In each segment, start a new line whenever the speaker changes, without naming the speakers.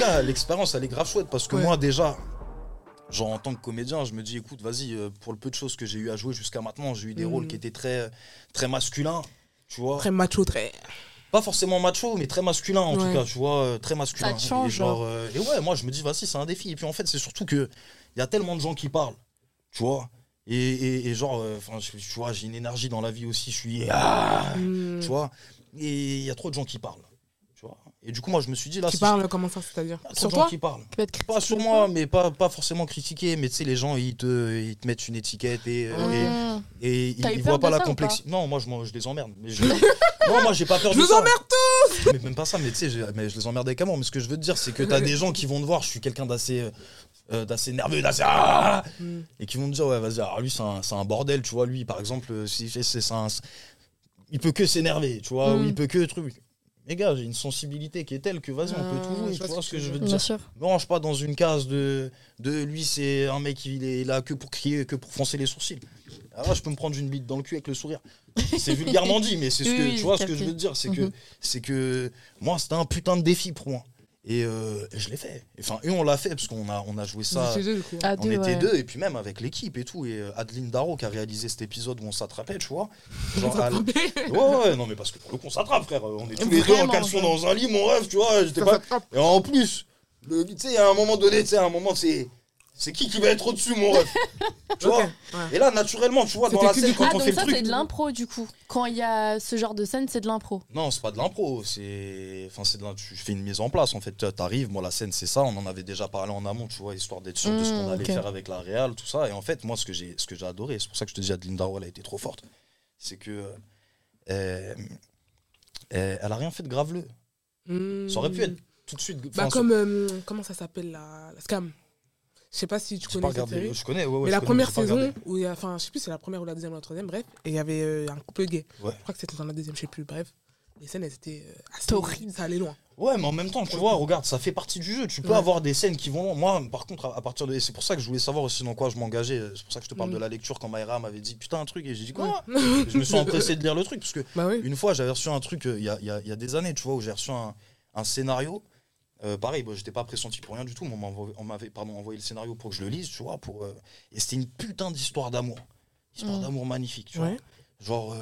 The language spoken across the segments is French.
là, l'expérience, elle est grave chouette parce que
Ouais.
moi, déjà, genre en tant que comédien, je me dis, écoute, vas-y, euh, pour le peu de choses que j'ai eu à jouer jusqu'à maintenant, j'ai eu des
Mm.
rôles qui étaient très, très masculins, tu vois.
Très macho, très.
Pas forcément macho, mais très masculin en
Ouais.
tout cas, tu vois, euh, très masculin.
Ça te change,
et, genre, euh, et ouais, moi, je me dis, vas-y, c'est un défi. Et puis en fait, c'est surtout que il y a tellement de gens qui parlent, tu vois. Et, et- et genre, euh, 'fin, je- tu vois, j'ai une énergie dans la vie aussi, je suis. Ah
Mm.
tu
Tu,
vois. Et il y a trop de gens qui parlent, tu vois. Et du coup, moi, je me suis dit, là, si
parles comment ça, c'est-à-dire
je- y a trop
Sur
de gens
toi
qui parlent.
Tu peux être critiqué.
Pas sur moi, mais pas, pas forcément critiquer, mais tu sais, les gens, ils te, ils te mettent une étiquette et, euh, et-
Mmh.
et ils,
T'as eu
ils
peur
voient pas
de
la
ça ou
complexité. Non, moi je, m'en- je les emmerde. Mais je... non, moi j'ai pas peur
Je
de
vous
ça.
emmerde
tous Mais même pas ça, mais tu sais, je, mais je les emmerde avec amour. Mais ce que je veux te dire, c'est que t'as des gens qui vont te voir, je suis quelqu'un d'assez. euh, euh, d'assez nerveux, d'assez. Ah
Mm.
Et qui vont te dire, ouais, vas-y, alors lui c'est un, c'est un bordel, tu vois. Lui par exemple, euh, si c'est c'est un. Il peut que s'énerver, tu vois, ou
Mm.
il peut que truc. Les gars, j'ai une sensibilité qui est telle que vas-y, on peut
Ah,
tout jouer,
je
tu
vois
vois ce que je veux te dire
Bien sûr.
me range pas dans une case de, de lui, c'est un mec, il est là que pour crier, que pour froncer les sourcils. Ah, je peux me prendre une bite dans le cul avec le sourire. C'est vulgairement dit, mais c'est ce
Oui,
que,
oui,
tu vois ce
j'ai
que je
capté.
veux te dire. C'est que,
Mhm.
c'est que moi, c'était un putain de défi pour moi. Et euh, je l'ai fait. Enfin, eux, on l'a fait parce qu'on a, on a joué ça.
Chez eux, du coup.
À
On
Ah, deux,
était
ouais.
deux, et puis même avec l'équipe et tout. Et euh, Adeline Darro qui a réalisé cet épisode où on s'attrapait, tu vois. Genre,
Ça
elle-
te plaît
Ouais, ouais, non, mais parce que pour le coup, on s'attrape, frère. On est tous les deux en
Vraiment,
caleçon
vraiment.
dans un lit, mon rêve, tu vois. J'étais
Ça
pas,
t'attrape.
et en plus, le- tu sais, à un moment donné, tu sais, à un moment, c'est. C'est qui qui va être au-dessus, mon ref Tu vois
Ok, ouais.
Et là, naturellement, tu vois, dans
C'était
la
que
scène,
du-
quand
ah,
on
donc
fait
ça,
le
c'est
truc.
de l'impro, du coup. Quand il y a ce genre de scène, c'est de l'impro.
Non, c'est pas de l'impro, c'est. Enfin, c'est de la- Tu fais une mise en place, en fait. Tu T'arrives, moi, la scène, c'est ça. On en avait déjà parlé en amont, tu vois, histoire d'être sûr de ce
Mmh,
qu'on allait
ok.
faire avec la Real, tout ça. Et en fait, moi, ce que j'ai ce que j'ai adoré, c'est pour ça que je te dis, Adeline Darrow, elle a été trop forte, c'est que. euh, euh, elle a rien fait de graveleux.
Mm.
Ça aurait pu être tout de suite.
Bah,
enfin,
comme. euh, comment ça s'appelle la, la scam Je sais pas si tu
j'ai pas
connais cette
regardé.
série.
Je connais, ouais, ouais,
mais
je
la
connais,
première
j'ai pas regardé.
saison, où il y a- enfin, je sais plus si c'est la première ou la deuxième ou la troisième, bref, et il y avait euh, un couple gay.
Ouais.
Je crois que c'était dans la deuxième, je sais plus, bref. Les scènes, elles étaient euh, assez
Torrides.
Ça allait loin.
Ouais, mais en même temps, tu vois, regarde, ça fait partie du jeu. Tu peux
Ouais.
avoir des scènes qui vont loin. Moi, par contre, à à partir de. et C'est pour ça que je voulais savoir aussi dans quoi je m'engageais. C'est pour ça que je te parle
Mm.
de la lecture quand Maïra m'avait dit putain, un truc. Et j'ai dit quoi
Ouais.
Je me suis empressé de lire le truc. Parce que
Bah oui.
une fois, j'avais reçu un truc euh, il y a, il y a- il y a des années, tu vois, où j'ai reçu un, un scénario. Euh, pareil, bah, j'étais pas pressenti pour rien du tout, mais on m'envo- on m'avait pardon, envoyé le scénario pour que je le lise, tu vois. Pour, euh, Et c'était une putain d'histoire d'amour. Histoire
Mm.
d'amour magnifique, tu vois.
Ouais.
Genre. euh,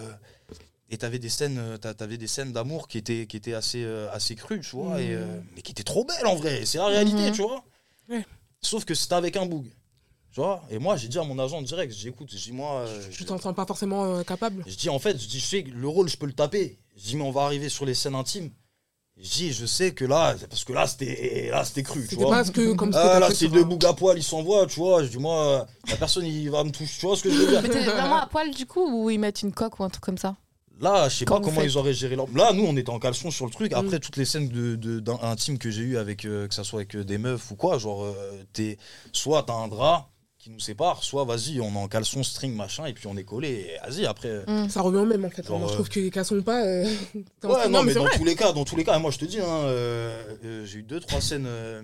et t'avais des scènes, euh, t'a- t'avais des scènes d'amour qui étaient, qui étaient assez, euh, assez crues, tu vois, et, euh, mais qui étaient trop belles en vrai. C'est la réalité,
Mhm.
tu vois.
Mmh. Ouais.
Sauf que c'était avec un boug, tu vois. Et moi, j'ai dit à mon agent direct, j'écoute, je dis moi, euh,
Tu
je,
t'en sens pas forcément euh, capable.
je dis en fait, je dis je sais que le rôle, je peux le taper. Je dis mais on va arriver sur les scènes intimes. Je dis je sais que là, parce que là c'était, là c'était cru, tu
C'était
vois.
pas hein. ce que. Comme ce que
Ah
t'as
là
fait
c'est
sur
deux
un-
bougs à poil, ils s'envoient, tu vois. Je dis moi, euh, la personne il va me toucher, tu vois ce que je veux dire.
Mais t'es vraiment à poil, du coup, ou ils mettent une coque ou un truc comme ça
Là, je sais
Quand
pas
vous
comment
faites.
ils auraient géré leur. Là, nous, on était en caleçon sur le truc.
Mm.
Après, toutes les scènes de, de- d'un- intimes que j'ai eues avec, euh, que ça soit avec euh, des meufs ou quoi, genre, euh, t'es, soit t'as un drap qui nous sépare, soit vas-y, on est en caleçon, string, machin, et puis on est collé. Et vas-y, après. euh,
Ça revient au même en fait.
Genre,
Moi, je
euh,
trouve qu'ils cassons pas. euh, t'es en
Ouais,
train-
non, mais,
c'est
dans
vrai.
tous les cas, dans tous les cas, moi je te dis, hein, euh, euh, j'ai eu deux, trois scènes euh,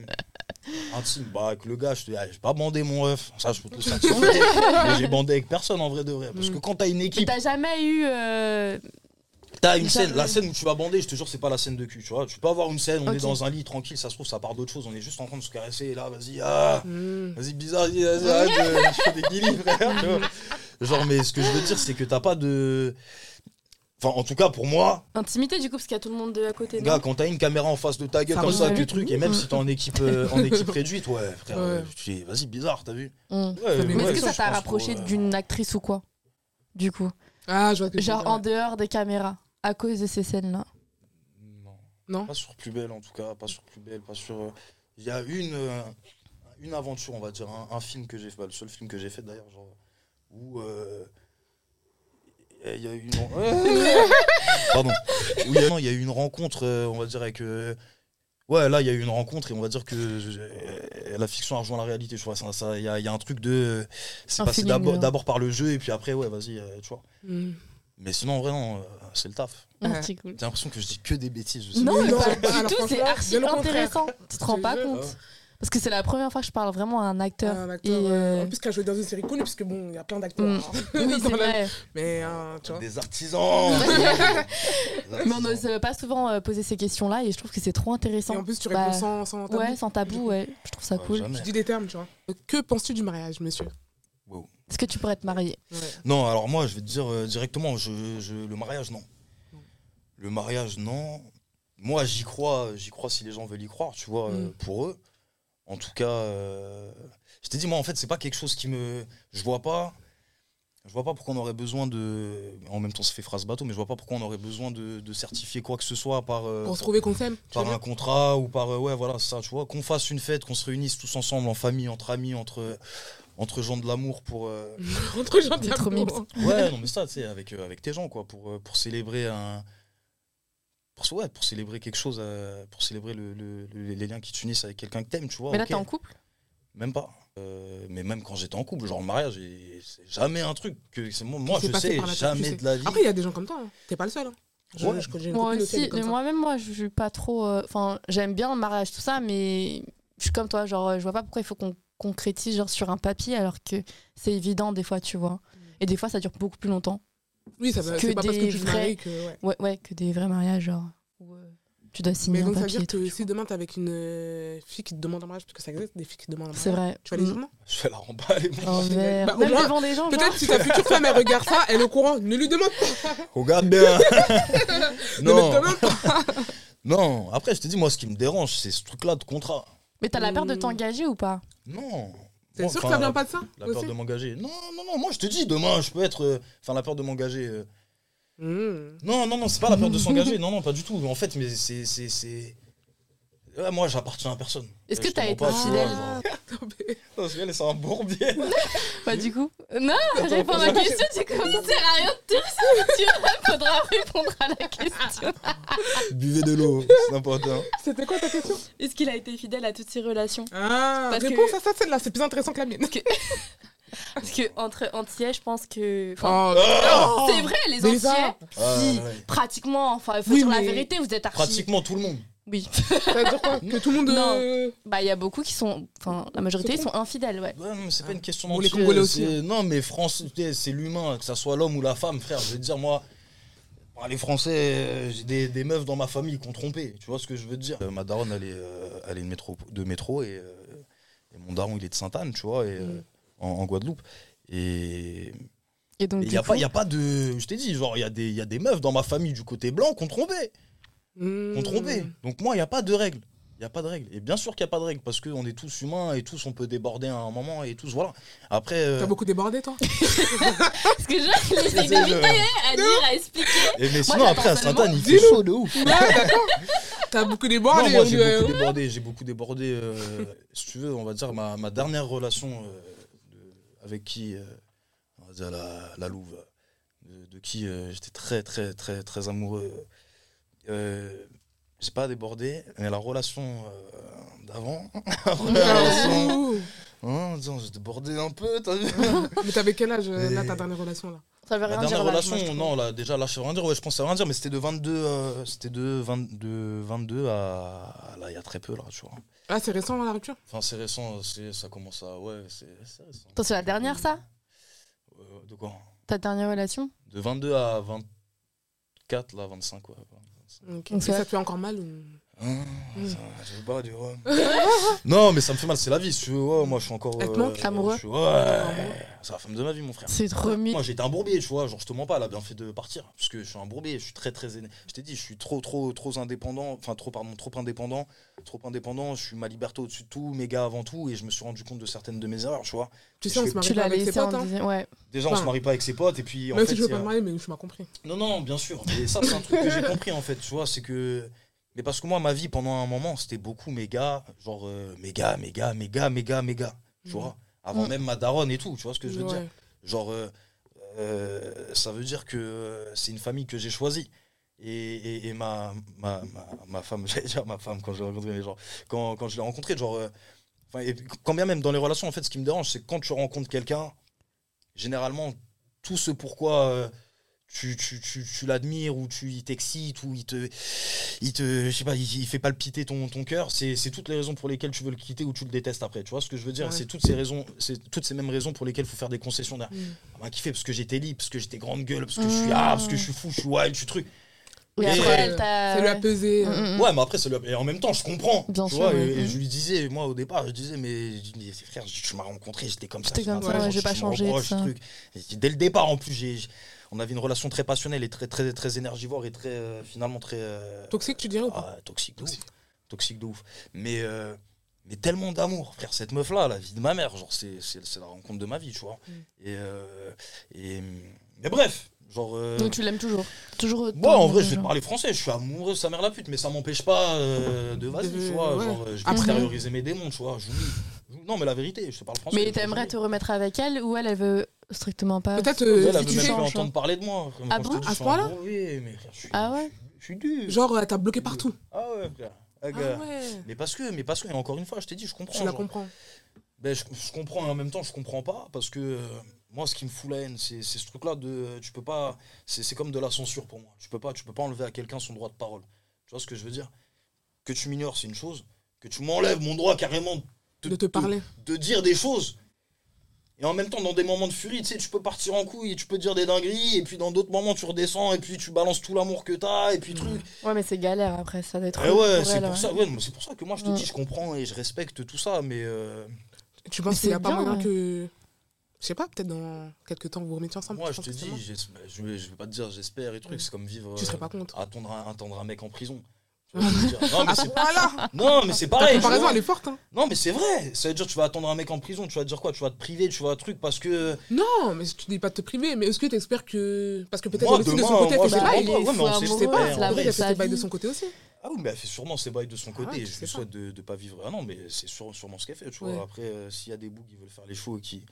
intimes. Bah, avec le gars, je te dis, ah, j'ai pas bandé mon œuf. Ça, je peux te le certifier. mais j'ai bandé avec personne en vrai de vrai.
Mm.
Parce que quand t'as une
Mais
équipe,
t'as jamais eu. euh,
T'as une
Ça,
scène, la
ouais.
scène où tu vas bander, je te jure, c'est pas la scène de cul, tu vois. Tu peux avoir une scène, on
Ok.
est dans un lit tranquille, ça se trouve, ça part d'autre chose, on est juste en train de se caresser, et là, vas-y, ah,
Mm.
vas-y, bizarre, vas-y, vas-y, arrête, euh, je fais des guillis, frère. tu vois. Genre, mais ce que je veux dire, c'est que t'as pas de. Enfin, en tout cas, pour moi,
Intimité, du coup, parce qu'il y a tout le monde de à côté. non
gars, Bah, quand t'as une caméra en face de ta gueule
Ça
comme ça,
revient.
avec le truc, et même si t'es en équipe, euh, en équipe réduite, ouais, frère,
Ouais.
euh, tu dis, vas-y, bizarre, t'as vu
Mmh.
Ouais,
Mais
Mais
ouais,
est-ce que ça
je
t'a
pense
rapproché
pour, euh,
d'une actrice ou quoi Du coup
Ah, je vois que. tu
Genre
veux dire,
en dehors des caméras, à cause de ces scènes-là.
Non.
Non
Pas sur plus belle en tout cas, pas sur plus belle, pas sur. euh, Il y a une, euh, une aventure, on va dire, un, un film que j'ai fait, bah, le seul film que j'ai fait d'ailleurs, genre où euh, il y a eu une. Pardon. Où il y a- non, il y a eu une rencontre, euh, on va dire avec. euh, Ouais, là, il y a eu une rencontre et on va dire que euh, la fiction a rejoint la réalité, tu vois. ça- ça- Il y, a- il y a un truc de. euh, C'est
Un
passé
feeling,
d'abord
euh.
d'abord par le jeu et puis après, ouais, vas-y, euh, tu vois.
ouais. Mm.
Mais sinon, vraiment, euh, c'est le taf.
Ouais.
Ah, C'est cool.
J'ai l'impression que je dis que des bêtises, je sais
Non,
Mais
mais
non,
pas
alors
du tout, c'est
franchement,
archi
bien au contraire.
intéressant. Tu te rends pas
Je-
compte. Parce que c'est la première fois que je parle vraiment à un acteur.
Ah,
Un acteur,
Et,
euh,
euh,
En plus, qu'à jouer dans une série connue, parce que bon, il y a plein d'acteurs.
Mm. Oui,
Dans
c'est
la-
vrai.
Mais, euh, tu vois.
Des artisans Des
Mais on n'ose pas souvent euh, poser ces questions-là et je trouve que c'est trop
Et
intéressant.
en plus, tu
Bah,
réponds sans, sans tabou.
Ouais, sans tabou, ouais. Je trouve ça
Ouais,
cool.
jamais.
Je dis des termes, tu vois. Euh, Que penses-tu du mariage, monsieur
Est-ce que tu pourrais te marier
Non, alors moi, je vais te dire euh, directement, je, je- le mariage, non.
Non.
Le mariage, non. Moi, j'y crois, j'y crois si les gens veulent y croire, tu vois, euh,
Mm.
pour eux. En tout cas, euh, je t'ai dit, moi, en fait, c'est pas quelque chose qui me. Je vois pas. Je vois pas pourquoi on aurait besoin de. En même temps, ça fait phrase bateau, mais je vois pas pourquoi on aurait besoin de, de certifier quoi que ce soit par. euh,
Pour se trouver qu'on s'aime. tu
par
vois.
un contrat ou par euh, ouais voilà c'est ça tu vois qu'on fasse une fête qu'on se réunisse tous ensemble en famille entre amis entre entre gens de l'amour pour euh,
Entre gens
C'est trop
d'amour.
mimes.
ouais non mais ça tu sais avec euh, avec tes gens quoi pour euh, pour célébrer un pour, ouais, pour célébrer quelque chose euh, pour célébrer le- le- le- les liens qui t'unissent avec quelqu'un que t'aimes tu vois
Mais là,
ok.
t'es en couple
même pas Euh, mais même quand j'étais en couple genre le mariage et c'est jamais un truc que c'est moi, moi
s'est
je
passé
sais
par la tête,
jamais
tu sais.
de la vie
Après, il y a des gens comme toi. hein. T'es pas le seul. hein. Je,
Ouais.
je connais une
Moi
copine aussi, elle
aussi,
est comme
mais
ça.
moi-même, moi, je suis pas trop. euh, Enfin, j'aime bien le mariage, tout ça, mais je suis comme toi. Genre, euh, je vois pas pourquoi il faut qu'on concrétise genre, sur un papier alors que c'est évident des fois, tu vois.
Mm.
Et des fois, ça dure beaucoup plus longtemps.
Oui, ça va-
que
c'est pas parce que
des
tu te
vrais-
maries que. ouais.
Ouais, ouais, que des vrais mariages, genre. où, euh, tu dois signer
Mais
un
donc, ça veut
papier.
dire
et tout.
que si demain t'es avec une euh, fille qui te demande en mariage, parce que ça existe des filles qui te demandent en mariage,
C'est vrai.
tu vas les
Mm.
dire non
je vais la remballer moi.
Un verre.
Bah, au
Même
moins,
devant des gens, genre.
Peut-être si ta future femme elle regarde ça, elle est au courant, ne lui demande pas.
regarde bien
Ne
non
me demande pas.
non après je te dis moi ce qui me dérange c'est ce truc là de contrat
Mais t'as la peur de
Mm.
t'engager ou pas
Non.
C'est
Moi,
sûr que
enfin,
ça vient pas de ça
La
aussi
peur de m'engager. Non, non, non, moi je te dis, demain je peux être. euh, Enfin, la peur de m'engager. euh,
Mmh.
Mm.
Non, non, non, c'est pas la peur de s'engager. Non, non, pas du tout. En fait, mais c'est. c'est, c'est... Ouais, moi j'appartiens à personne.
Est-ce
Euh,
que
je te
t'as
mens
été
pas, Ah. tu vois,
fidèle
genre.
Non, mais-
Non, ce gars, c'est un bourbier.
Bah du coup. Non, réponds à ma question, tu coup, ça sert à rien de dire ça. Tu vois, faudra répondre à la question.
Buvez de l'eau, c'est important.
C'était quoi ta question
Est-ce qu'il a été fidèle à toutes ses relations
Ah,
Parce
réponse
que-
à ça, celle-là, c'est plus intéressant que la mienne.
Parce que entre Antillais, je pense que. enfin,
Oh,
non, c'est vrai, les
Déjà
Antillais.
Ah,
si,
ouais, ouais.
Pratiquement, enfin, il faut
Oui,
dire la
mais-
vérité, vous êtes archi.
Pratiquement tout le monde.
Oui.
ça veut dire quoi Que tout le monde.
Non.
euh,
Bah, il y a beaucoup qui sont. Enfin, la majorité, ils sont infidèles, ouais.
Ouais, non, mais c'est pas une question
Ou les
d'entier,
Congolais hein.
c'est- Non, mais France, tu sais, c'est l'humain, que ça soit l'homme ou la femme, frère. Je veux dire, moi, bah, les Français, euh, j'ai des, des meufs dans ma famille qui ont trompé. Tu vois ce que je veux te dire Euh, Ma daronne, elle est, euh, elle est de, métro, de métro et, euh, et mon daron, il est de Sainte-Anne, tu vois, et, euh,
Mm.
en, en Guadeloupe. Et
Et donc,
il n'y a, pas- y a pas de. Je t'ai dit, genre, il y, a des- y a des meufs dans ma famille du côté blanc qui ont trompé
mm.
qu'on trompait. Donc moi, il n'y a pas de règles. Il n'y a pas de règles. Et bien sûr qu'il n'y a pas de règles, parce qu'on est tous humains et tous on peut déborder à un moment et tous, voilà. Après... euh,
T'as beaucoup débordé, toi
Parce que je
c'est-
les
c'est-
éviter à dire, à expliquer.
euh,
Euh,
et mais sinon,
j'attends
après, à
seulement-
Sainte-Anne, il fait chaud de ouf.
Ouais, d'accord. T'as beaucoup débordé.
Non, moi,
on
j'ai
lui a-
beaucoup débordé. J'ai beaucoup débordé, euh, si tu veux, on va dire, ma, ma dernière relation euh, de- avec qui, euh, on va dire, la, la Louve, de, de qui euh, j'étais très, très, très, très amoureux. Euh, j'ai pas débordé, mais la relation euh, d'avant, la
Oh,
relation
Ouh.
Hein, en disant, j'ai débordé un peu, t'as vu
Mais t'avais quel âge, euh, là,
Mais-
ta dernière relation, là
Ça veut
La
rien
dernière
dire. là,
relation,
moi, je trouve.
non, là, déjà, là, je sais rien dire, ouais, je pense à rien dire, mais c'était de 22, euh, c'était de 22, 22 à, à là, il y a très peu, là, tu vois.
Ah, c'est récent, la rupture
Enfin, c'est récent, c'est, ça commence à, ouais, c'est, c'est récent.
Attends, c'est la dernière, ça
Euh, De quoi
Ta dernière relation
De 22 à 24, là, 25, ouais. ouais, 25.
Ok.
Donc,
Et
ça-
ça te fait encore mal ou...
Hein,
Mm.
ça, je veux pas dire, ouais. non, mais ça me fait mal, c'est la vie, si tu veux, ouais, moi, je suis encore... euh,
Elle te manque,
amoureux
je suis- Ouais, c'est la femme de ma vie, mon frère.
C'est trop mignon.
Moi j'étais un bourbier, tu vois, genre je te mens pas, elle a bien fait de partir. Parce que je suis un bourbier, je suis très très aîné. Je t'ai dit, je suis trop trop trop indépendant, enfin trop pardon, trop indépendant, trop indépendant, je suis ma liberté au-dessus de tout, mes gars avant tout, et je me suis rendu compte de certaines de mes erreurs, tu vois.
Tu sais, on
Tu
se marie
Tu
pas
l'as
avec ses
laissé en
potes, hein.
disant- Ouais.
Déjà on
Enfin,
se marie pas avec ses potes, et puis en
Même
fait.
si je
il
veux
y
pas
a-
me marier, mais je m'as compris.
Non, non, bien sûr. Mais ça, c'est un truc que j'ai compris en fait, tu vois, c'est que. Mais parce que moi, ma vie pendant un moment, c'était beaucoup mes gars, genre euh, mes gars, mes gars, mes gars, mes gars, mes gars, tu
Mhm.
vois. Avant
Mhm.
même ma daronne et tout, tu vois ce que je veux dire.
Ouais.
Genre, euh, euh, ça veut dire que euh, c'est une famille que j'ai choisie. Et, et- et ma, ma, ma, ma femme, j'allais dire ma femme quand je l'ai rencontrée, mais genre, quand, quand je l'ai rencontrée, genre, euh, enfin, et quand bien même dans les relations, en fait, ce qui me dérange, c'est que quand tu rencontres quelqu'un, généralement, tout ce pourquoi euh, tu, tu, tu, tu l'admires ou tu il t'excites ou il te, il te, je sais pas, il, il fait palpiter ton, ton cœur, c'est c'est toutes les raisons pour lesquelles tu veux le quitter ou tu le détestes après. Tu vois ce que je veux dire
Ouais.
C'est toutes ces raisons, c'est toutes ces mêmes raisons pour lesquelles il faut faire des concessions derrière.
Mm.
Mmh.
Ah, m'a kiffé parce que j'étais libre, parce que j'étais grande gueule, parce que je suis ah, parce que je suis fou, je suis wild, je suis truc.
Oui,
Et-
après, elle t'a.
Ça lui a pesé. euh,
Mm, mm, mm.
Ouais, mais après, ça lui a- et en même temps, je comprends.
Bien
tu
sûr,
vois,
ouais,
et, et
ouais.
je lui disais, moi au départ, je disais, mais je dis, frère, je- tu m'as rencontré, j'étais comme ça.
J'étais
ça fait
comme
20
ça,
ans,
ouais, j'ai
tu
pas
me
changé,
reproches,
tout ça.
truc. Et dès le départ, en plus, j'ai- j'ai- on avait une relation très passionnelle et très, très, très énergivore et très, euh, finalement, très. euh,
Toxique, tu dirais ou pas
ah, toxique de ouf. Toxique de ouf. Mais, euh, mais tellement d'amour, frère. Cette meuf-là, la vie de ma mère, genre, c'est, c'est, c'est la rencontre de ma vie, tu vois.
Mmh.
Mm.
Et, euh, et. Mais bref, genre. euh,
Donc tu l'aimes toujours. Toujours. autant,
moi, en vrai, je vais te
genre.
parler français. Je suis amoureux de sa mère la pute, mais ça m'empêche pas euh, de vas-y,
De-
tu vois.
ouais.
Genre, euh, je vais
Après-
extérioriser mes démons, tu vois. J'oublie. Non, mais la vérité, je te parle français.
Mais t'aimerais te remettre avec elle ou elle, elle veut strictement pas.
Peut-être,
Ah. Elle,
euh,
elle
si
veut même
tu
pas
changes,
entendre parler de moi.
Ah
Quand je
bon,
te dis,
à
je
ce
suis
point-là
amoureux, mais frère, je suis-
Ah ouais
Je suis dur.
Genre, elle t'a bloqué partout.
Ah ouais, frère. Ah,
Ah
gars.
ouais.
Mais parce que, mais parce que, et encore une fois, je t'ai dit, je comprends.
Tu la
genre.
comprends.
Ben, je, je comprends et en même temps je comprends pas parce que euh, moi ce qui me fout la haine c'est c'est ce truc là de euh, tu peux pas c'est c'est comme de la censure pour moi tu peux pas tu peux pas enlever à quelqu'un son droit de parole tu vois ce que je veux dire que tu m'ignores c'est une chose que tu m'enlèves mon droit carrément
De te parler.
de dire des choses et en même temps dans des moments de furie tu sais tu peux partir en couille et tu peux dire des dingueries et puis dans d'autres moments tu redescends et puis tu balances tout l'amour que t'as et
Mmh.
puis truc
Ouais, mais c'est galère après, ça doit être.
Eh
horrible
ouais
pour
c'est
elle,
pour
ouais.
ça ouais, non, mais c'est pour ça que moi je te
Mmh.
Ouais.
dis je comprends et je respecte tout ça mais euh,
Tu
Mais
penses qu'il n'y a
c'est
pas
bien, hein.
moyen
ouais.
que. Je sais pas, peut-être dans quelques temps, vous vous remettiez ensemble.
Moi, je
pense
te
que c'est
dis,
mort.
j'es- je vais, je vais pas te dire j'espère et trucs, c'est comme vivre.
Tu serais
euh,
pas contre.
Attendre un, attendre un mec en prison. Tu vois ce que je veux dire non, mais
Ah,
c'est-
voilà
non, mais c'est
La
pareil. tu
comparaison,
vois.
elle est forte. hein.
Non, mais c'est vrai. Ça veut dire tu vas attendre un mec en prison, tu vas te dire quoi Tu vas te priver, tu vas un truc parce que.
Non, mais tu dis pas de te priver, mais est-ce que t'espères que. Parce que peut-être
Moi,
aussi de
demain,
son côté, elle
moi,
fait
je hein.
ses
vais
bails.
comprendre. ouais, mais on
fou
sait-
je sais pas,
amoureuse,
en
la
vrai,
vraie
Elle fait
sa
ses bails de
vie.
son côté aussi.
Ah oui, mais elle fait sûrement ses bails de son côté.
Ah ouais, tu
je
sais
lui
pas.
souhaite de, de pas vivre. Ah non, mais c'est sûr- sûrement ce qu'elle fait, tu vois.
Ouais.
Après, euh, s'il y a des bouts qui veulent faire les shows et qui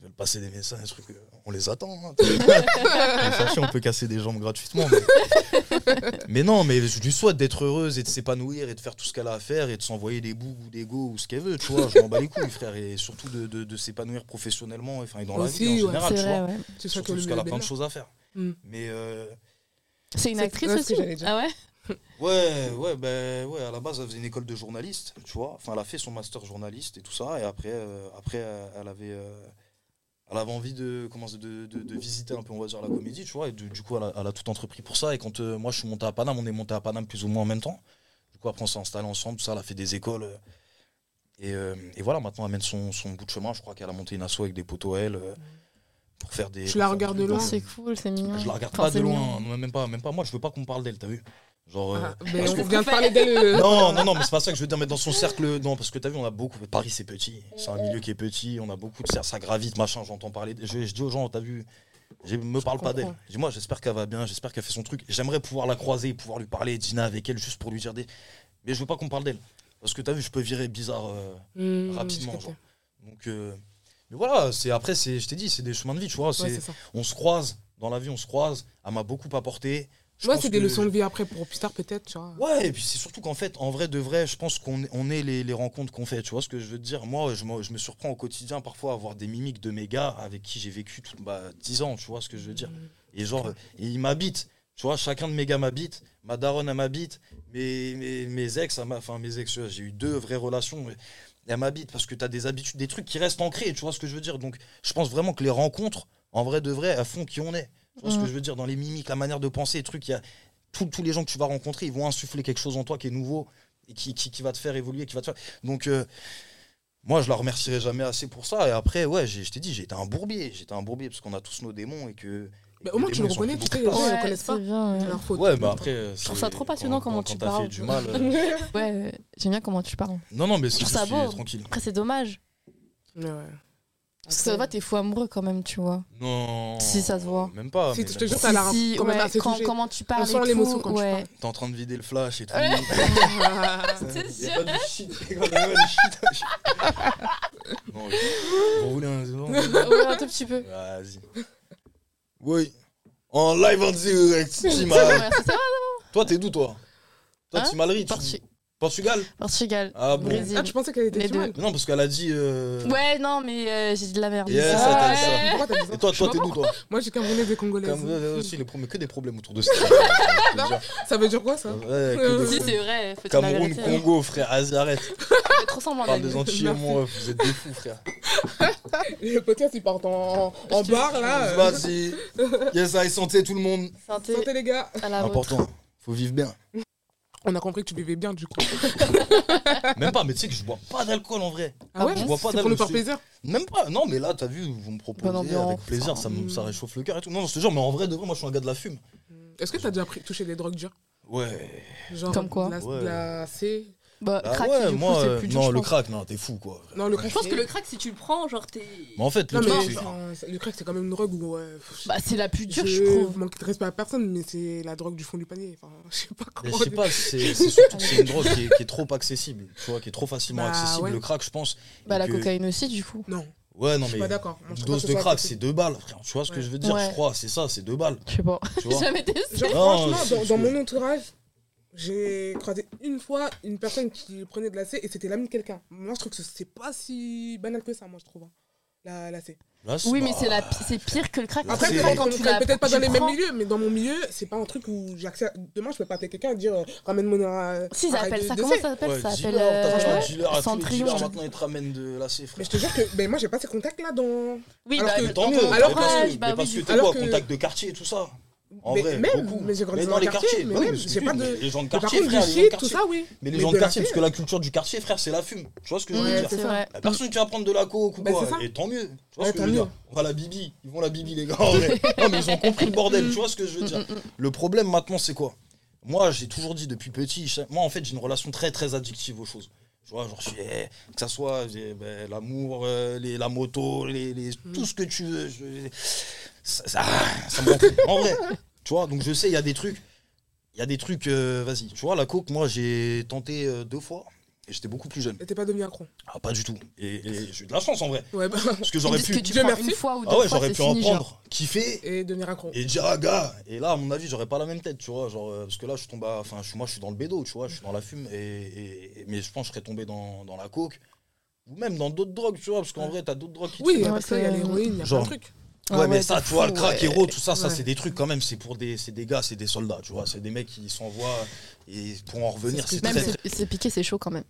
veulent passer des messages, des trucs, euh, on les attend. hein. Bien sûr, si on peut casser des jambes gratuitement. mais- mais non, mais je lui souhaite d'être heureuse et de s'épanouir et de faire tout ce qu'elle a à faire et de s'envoyer des bouts ou des go ou ce qu'elle veut, tu vois. Je m'en bats les couilles, frère. Et surtout de, de- de s'épanouir professionnellement et, enfin, et dans la
Aussi,
vie en
ouais.
général,
C'est
tu vois.
vrai, ouais.
Tu sais que
Surtout
le
parce qu'elle a
bébé
plein de
là.
choses à faire.
Mm.
Mais euh,
C'est une
C'est-
actrice
ouais, c'est ce
aussi.
que j'allais dire.
Ah ouais
Ouais, ouais, ben ouais, à la base, elle faisait une école de journaliste, tu vois. Enfin, elle a fait son master journaliste et tout ça. Et après, euh, après euh, elle avait, euh, elle avait envie de, comment, c'est, de, de, de visiter un peu, on va dire, la comédie, tu vois. Et du, du coup, elle a, elle a tout entrepris pour ça. Et quand euh, moi, je suis monté à Paname, on est monté à Paname plus ou moins en même temps. Du coup, après, on s'est installés ensemble, tout ça. Elle a fait des écoles. euh, et, euh, et voilà, maintenant, elle mène son, son bout de chemin. Je crois qu'elle a monté une asso avec des poteaux à elle euh, pour faire des.
Tu la
pour faire des
regardes
trucs
de
dans-
loin
C'est cool, c'est mignon.
Je la regarde
Enfin,
pas de
c'est
loin,
mignon.
non, même pas, même pas. Moi, je veux pas qu'on me parle d'elle, t'as vu Genre. euh,
Ah, mais
parce
on
que-
vient de parler d'elle. euh,
non, non, non, mais c'est pas ça que je veux dire, mais dans son cercle, non, parce que t'as vu, on a beaucoup. Paris, c'est petit, c'est un milieu qui est petit, on a beaucoup de cercles, ça gravite, machin, j'entends parler. Je, je dis aux gens, t'as vu, je me parle pas d'elle.
comprends.
Je dis, moi, j'espère qu'elle va bien, j'espère qu'elle fait son truc. J'aimerais pouvoir la croiser, pouvoir lui parler, dîner avec elle, juste pour lui dire des. Mais je veux pas qu'on parle d'elle, parce que t'as vu, je peux virer bizarre. euh,
Hmm,
Rapidement,
je capte.
genre. Donc, euh, mais voilà, c'est après, c'est, je t'ai dit, c'est des chemins de vie, tu vois.
Ouais,
c'est-
c'est ça.
on se croise dans la vie, on se croise. Elle m'a beaucoup apporté. Je
Ouais,
pense
c'est des
que-
leçons de vie après pour plus tard, peut-être, tu vois.
Ouais, et puis c'est surtout qu'en fait, en vrai de vrai, je pense qu'on est- on est les, les rencontres qu'on fait. Tu vois ce que je veux te dire Moi, je me, je me surprends au quotidien parfois à avoir des mimiques de mes gars avec qui j'ai vécu tout, bah, 10 ans, tu vois ce que je veux dire
Hmm.
Et genre, euh, et ils m'habitent. Tu vois, chacun de mes gars m'habite, ma daronne, elle m'habite, mes, mes, mes ex, elle m'a- enfin mes ex, euh, j'ai eu deux vraies relations, mais elle m'habite parce que tu as des habitudes, des trucs qui restent ancrés, tu vois ce que je veux dire Donc, je pense vraiment que les rencontres, en vrai de vrai, elles font qui on est. Tu vois ce
Mhm.
que je veux dire Dans les mimiques, la manière de penser, les trucs, il y a tous- tous les gens que tu vas rencontrer, ils vont insuffler quelque chose en toi qui est nouveau et qui, qui, qui va te faire évoluer, qui va te faire. Donc, euh, moi, je la remercierai jamais assez pour ça. Et après, ouais, j'ai- je t'ai dit, j'étais un bourbier. J'étais un bourbier parce qu'on a tous nos démons et que. et
Bah,
que
au moins,
les
tu le
démons, ils sont
reconnais,
plus
tu sais,
beaux que
les gens, ils
toi.
le connaissent pas.
c'est bien,
C'est
ouais.
leur faute.
Ouais, bah après. euh,
trouve
c'est-
ça trop passionnant
quand-
comment
quand-
tu
quand t'as
parles.
fait du mal. euh,
Ouais, ouais. j'aime bien comment tu parles.
Non, non, mais c'est
Je trouve
juste
ça
qu'il est
beau.
tranquille.
Après, c'est dommage.
Ouais, ouais.
Parce que ça se voit, t'es fou amoureux quand même, tu vois.
Non.
Si, ça se voit.
Même pas.
Si,
mais
je te
même
jure,
pas.
ça l'a
Si,
quand même
ouais,
assez
quand-
touché.
comment tu parles.
On
et
sent
tout,
l'émotion quand tu
ouais.
parles.
T'es en train de vider le flash et tout.
Ouais. C'est
Il y
sûr.
a pas de shit, il y a pas de shit. Non, je- Vous voulez un second
Ouais, un tout petit peu.
Vas-y. Oui. En live en direct, Timal.
Ouais, c'est ça.
Toi, t'es d'où, toi Toi,
Hein
Timalry tu-
Portu-
Portugal
Portugal.
Ah bon
Brésil.
Ah, tu pensais qu'elle était
Les
timide
Non, parce qu'elle a dit. euh,
Ouais, non, mais euh, j'ai dit de la merde.
Yes,
Ah,
attends,
ouais.
ça.
Pourquoi t'as dit ça
Et toi, toi, t'es d'où, toi
Moi, je suis camerounaise et congolaise.
Comme euh, aussi, les problèmes, que des problèmes autour de ça. Je te jure.
Ça veut dire quoi, ça
Ouais, que des
Si,
Si,
problèmes.
c'est euh, vrai. Faut dire la
Cameroun,
vérité.
Congo, frère, vas-y,
Oh,
arrête.
Fais trop semblant
Parle
d'être-
des Antillais, moi, vous êtes des fous, frère.
Le podcast, il part en, en barre, là. euh,
Vas-y. Yes, I santé tout le monde.
Santé
Santé, les gars.
à la vôtre.
Important. Faut vivre bien.
On a compris que tu buvais bien, du
Ah
coup.
Même pas, mais tu sais que je bois pas d'alcool en vrai.
Ah ouais
Je vois pas
C'est pour nous faire
d'alcool.
plaisir.
Même pas. Non, mais là, t'as vu, vous me proposez
Bonne ambiance,
avec plaisir, ça, me-
mm.
ça réchauffe le cœur et tout. Non, non, je te jure, mais en vrai, de vrai, moi, je suis un gars de la fume.
Est-ce que t'as déjà pris- touché des drogues dures
Ouais.
Genre
Comme quoi
de la, de
Ouais.
la C
Bah,
Ah
crack,
ouais,
du
moi,
coup, c'est
euh,
plus dur.
non,
je
le
pense.
crack, non, t'es fou, quoi.
Non, le crack.
Je pense que
c'est-
le crack, si tu le prends, genre t'es.
Mais en fait, le
Non,
truc,
mais
c'est-
c'est un- c'est- le crack, c'est quand même une drogue où. ouais, pff,
Bah, c'est la plus dure, je
je
trouve.
vous manque de respect à personne, mais c'est la drogue du fond du panier. Enfin, je sais pas
Mais
comment.
je sais pas, c'est c'est surtout que c'est une drogue qui est, qui est trop accessible, tu vois, qui est trop facilement
Bah,
accessible.
ouais.
Le crack, je pense.
Bah, la
que-
cocaïne aussi, du coup.
Non,
Ouais, non,
je suis
mais
pas d'accord. Moi, je
une
crois
dose
que
de
ça
crack,
fait-
c'est deux balles, frère. Tu vois ce que
Ouais.
je veux dire, je
Ouais.
crois, c'est ça, c'est deux balles,
Je sais pas.
tu vois.
Jamais testé.
Genre,
Non,
franchement,
c'est-
dans,
c'est-
dans mon entourage, j'ai croisé une fois une personne qui prenait de la C et c'était l'ami de quelqu'un. Moi, je trouve que c'est pas si banal que ça, moi, je trouve. hein, La, la C.
Là, c'est-
Oui, mais
bah,
c'est la pi- c'est pire que le crack.
La
Après,
C,
quand,
elle-
quand
tu
tu
la-
peut-être pas
tu
dans les mêmes
prends-
milieux, mais dans mon milieu, c'est pas un truc où j'accède. Demain, je peux pas appeler quelqu'un et dire euh, ramène-moi un.
Si, ils
un
appellent
de-
ça.
de
Comment
C.
ça s'appelle
Ouais,
Ça
dealer,
s'appelle.
t'as
euh,
franché un dealer, à tous les
Centrion.
dealers, maintenant, ils te ramènent de la C,
Mais
frère.
je te jure que ben, moi, j'ai pas ces contacts-là dans.
Oui,
Alors
bah,
que-
Mais tant
dans
mieux,
ton
mais
alors
parce
entourage,
que-
bah
mais
oui,
parce que
du-
t'es
alors
quoi,
que-
contact de quartier et tout ça En
mais
vrai,
même,
beaucoup.
mais j'ai grandi
Mais
dans,
dans
un
les
quartier,
quartiers,
mais
bah oui,
même,
mais c'est
j'ai pas
plus,
de.
Les gens de
Mais Par
quartier,
contre, du
frère, les gens de
shit, tout
quartier.
ça, oui.
Mais
Mais
les gens
de
de
la
quartier,
paix.
parce que la culture du quartier, frère, c'est la fume. Tu vois ce que je veux
Mm,
dire
C'est
c'est
vrai.
La personne qui va prendre de la coke ou
Ben,
quoi,
c'est ça.
et tant mieux. Tu vois
Ouais,
ce que
tant
je veux
mieux.
dire On va à la bibi, ils vont à la bibi les gars. en vrai. non mais ils ont compris le bordel, tu vois ce que je veux dire. Le problème maintenant c'est quoi Moi j'ai toujours dit depuis petit, je sais- moi en fait j'ai une relation très très addictive aux choses. Tu vois, genre je suis, eh, que ça soit eh, ben, l'amour, euh, les- la moto, les, les- tout ce que tu veux. je- ça, ça- ça me rend fou. En vrai, tu vois, donc je sais, il y a des trucs. Il y a des trucs, euh, vas-y. Tu vois, la coke, moi j'ai tenté euh, deux fois. Et j'étais beaucoup plus jeune.
Et t'es pas devenu accro.
Ah, pas du tout. Et, et j'ai eu de la chance en vrai.
Ouais, bah.
Parce que
Ils
j'aurais
disent que
pu.
tu
Dieu
prends
merci.
une fois ou deux
Ah ouais,
fois,
j'aurais
c'est
pu en
fini, genre.
prendre, kiffer
Et devenir accro.
et dire ah gars. Et là, à mon avis, j'aurais pas la même tête, tu vois. Genre, euh, parce que là, je tombe à. Enfin, je- moi, je suis dans le bédo, tu vois. Je suis dans la fume. Et, et- et- mais je pense que je serais tombé dans, dans la coke. Ou même dans d'autres drogues, tu vois. Parce qu'en vrai, t'as d'autres drogues qui te
Oui,
font-
il y a
Ouais,
parce que là, il y a
c'est-
l'héroïne, il y a plein
Genre.
de trucs.
Ouais,
Ah
mais
ouais,
ça,
c'est
tu vois,
fou,
le crack
ouais.
héros, tout ça, ça,
Ouais.
c'est des trucs quand même. C'est pour des, c'est des gars, c'est des soldats, tu vois. C'est des mecs qui s'envoient. Et pour en revenir,
C'est
c'est
ce que
très,
Même
très-
c'est- c'est piqué, c'est chaud quand même.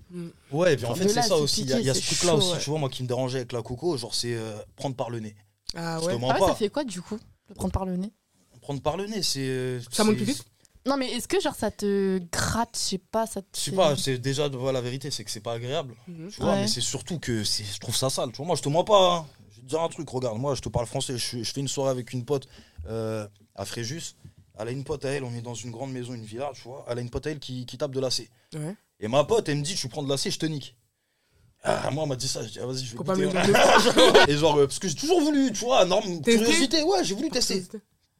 Ouais, et puis en
Enfin,
fait,
de
c'est
là,
ça
c'est
aussi. Il y a- il y, a ce
piqué, c'est
truc-là aussi,
chaud, ouais.
tu vois, moi, qui me dérangeait avec la coco, genre, c'est euh, prendre par le nez.
Ah
Je
ouais.
te mens
Ah ouais,
pas.
ça fait quoi du coup Le prendre par le nez
Prendre par le nez, c'est. euh,
Ça monte
c'est-
plus vite
Non, mais est-ce que genre ça te gratte Je sais pas, ça te.
Je sais pas, c'est déjà voilà, la vérité, c'est que c'est pas agréable.
Mhm.
Tu vois,
Ouais.
mais c'est surtout que c'est- je trouve ça sale. Tu vois, moi, je te mens pas. hein. Je vais te dire un truc, regarde, moi, je te parle français. Je, suis- je fais une soirée avec une pote euh, à Fréjus. Elle a une pote à elle, on est dans une grande maison, une villa, tu vois. Elle a une pote à elle qui, qui tape de lacet.
Ouais.
Et ma pote, elle me dit, tu prends de lacet, je te nique. Ah, moi, elle m'a dit ça, je dis, ah, vas-y, je vais
Faut pas
goûter.
me
Et genre, euh, parce que j'ai toujours voulu, tu vois, norme,
Tester
curiosité, ouais, j'ai voulu tester.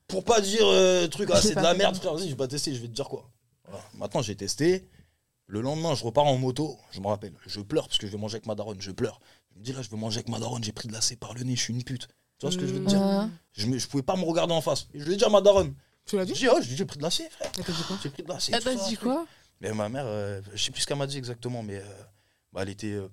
Pour pas dire euh, truc, ah, c'est
J'ai
de
pas
la
fait.
merde, frère, vas-y, je vais pas tester, je vais te dire quoi. Voilà. Maintenant, j'ai testé. Le lendemain, je repars en moto, je me rappelle, je pleure parce que je vais manger avec ma daronne, je pleure. Je me dis là, je vais manger avec ma daronne, j'ai pris de la C par le nez, je suis une pute. Tu vois ce que je veux te dire
Ouais.
je, me- je pouvais pas me regarder en face. Et je lui ai dit à ma daronne,
Tu l'as
je
dit
dis, oh, je lui ai dit, j'ai pris de la C, frère,
Elle t'a dit quoi
j'ai pris de la C.
Elle
tout
t'a
ça,
dit
truc.
quoi
Mais ma mère, euh, je sais plus ce qu'elle m'a dit exactement, mais euh, bah, elle était. euh,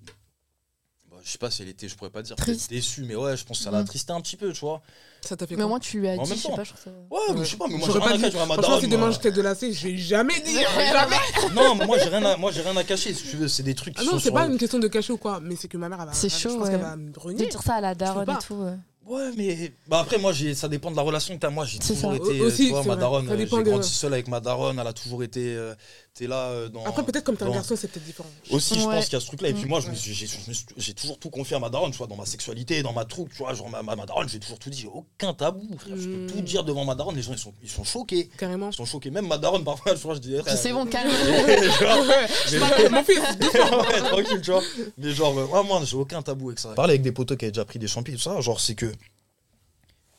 bah, je sais pas si elle était, je pourrais pas dire. qu'elle était
Triste.
Déçue, mais ouais, je pense que ça l'a
Mhm.
attristé un petit peu, tu vois.
Ça t'a fait
Mais
quoi
au moins tu lui as
Mais en
dit,
même
je sais
temps.
pas, je trouve ça-
Ouais, mais je sais pas, mais moi j'ai
J'aurais
rien
pas
à
dit.
cacher à ma
Franchement,
daronne.
si demain
moi.
je t'ai de la C, j'ai jamais dit. hein, Jamais.
Non, mais moi j'ai rien, à- moi j'ai rien à cacher. Si tu veux, c'est des trucs qui
Ah
sont
non, c'est
sur
pas
le-
une question de cacher ou quoi, mais c'est que ma mère, elle va.
C'est
je
chaud,
pense
ouais.
qu'elle va me
De
renier.
dire ça à la daronne et
pas.
tout. ouais.
Ouais, mais bah après moi j'ai, ça dépend de la relation que t'as. Moi j'ai
C'est
toujours
ça.
été,
Au-
euh,
aussi,
tu vois,
c'est
ma
vrai.
daronne.
Ça
euh,
dépend
J'ai
de-
grandi seul avec ma daronne. Elle a toujours été, euh, t'es là euh, dans.
Après, peut-être comme t'es un
dans-
garçon, c'est peut-être différent.
Aussi, je
Ouais.
pense qu'il y a ce truc-là. Et puis
Mm.
moi, je me suis- j'ai je me suis- j'ai toujours tout confié à ma daronne, tu vois, dans ma sexualité, dans ma troupe, tu vois, genre ma, ma, ma daronne, j'ai toujours tout dit, j'ai aucun tabou. frère. Je peux
Mm.
tout dire devant ma daronne, les gens ils sont, ils sont choqués.
Carrément.
Ils sont choqués. Même ma daronne, parfois, je, vois, je dis. eh,
C'est bon, calme.
tu vois, mais-
Bah, Mon fils
ouais, tranquille, tu vois. Mais genre, euh, ouais, moi, j'ai aucun tabou avec ça. Parler avec des potos qui avaient déjà pris des champignons, tout ça, genre, c'est que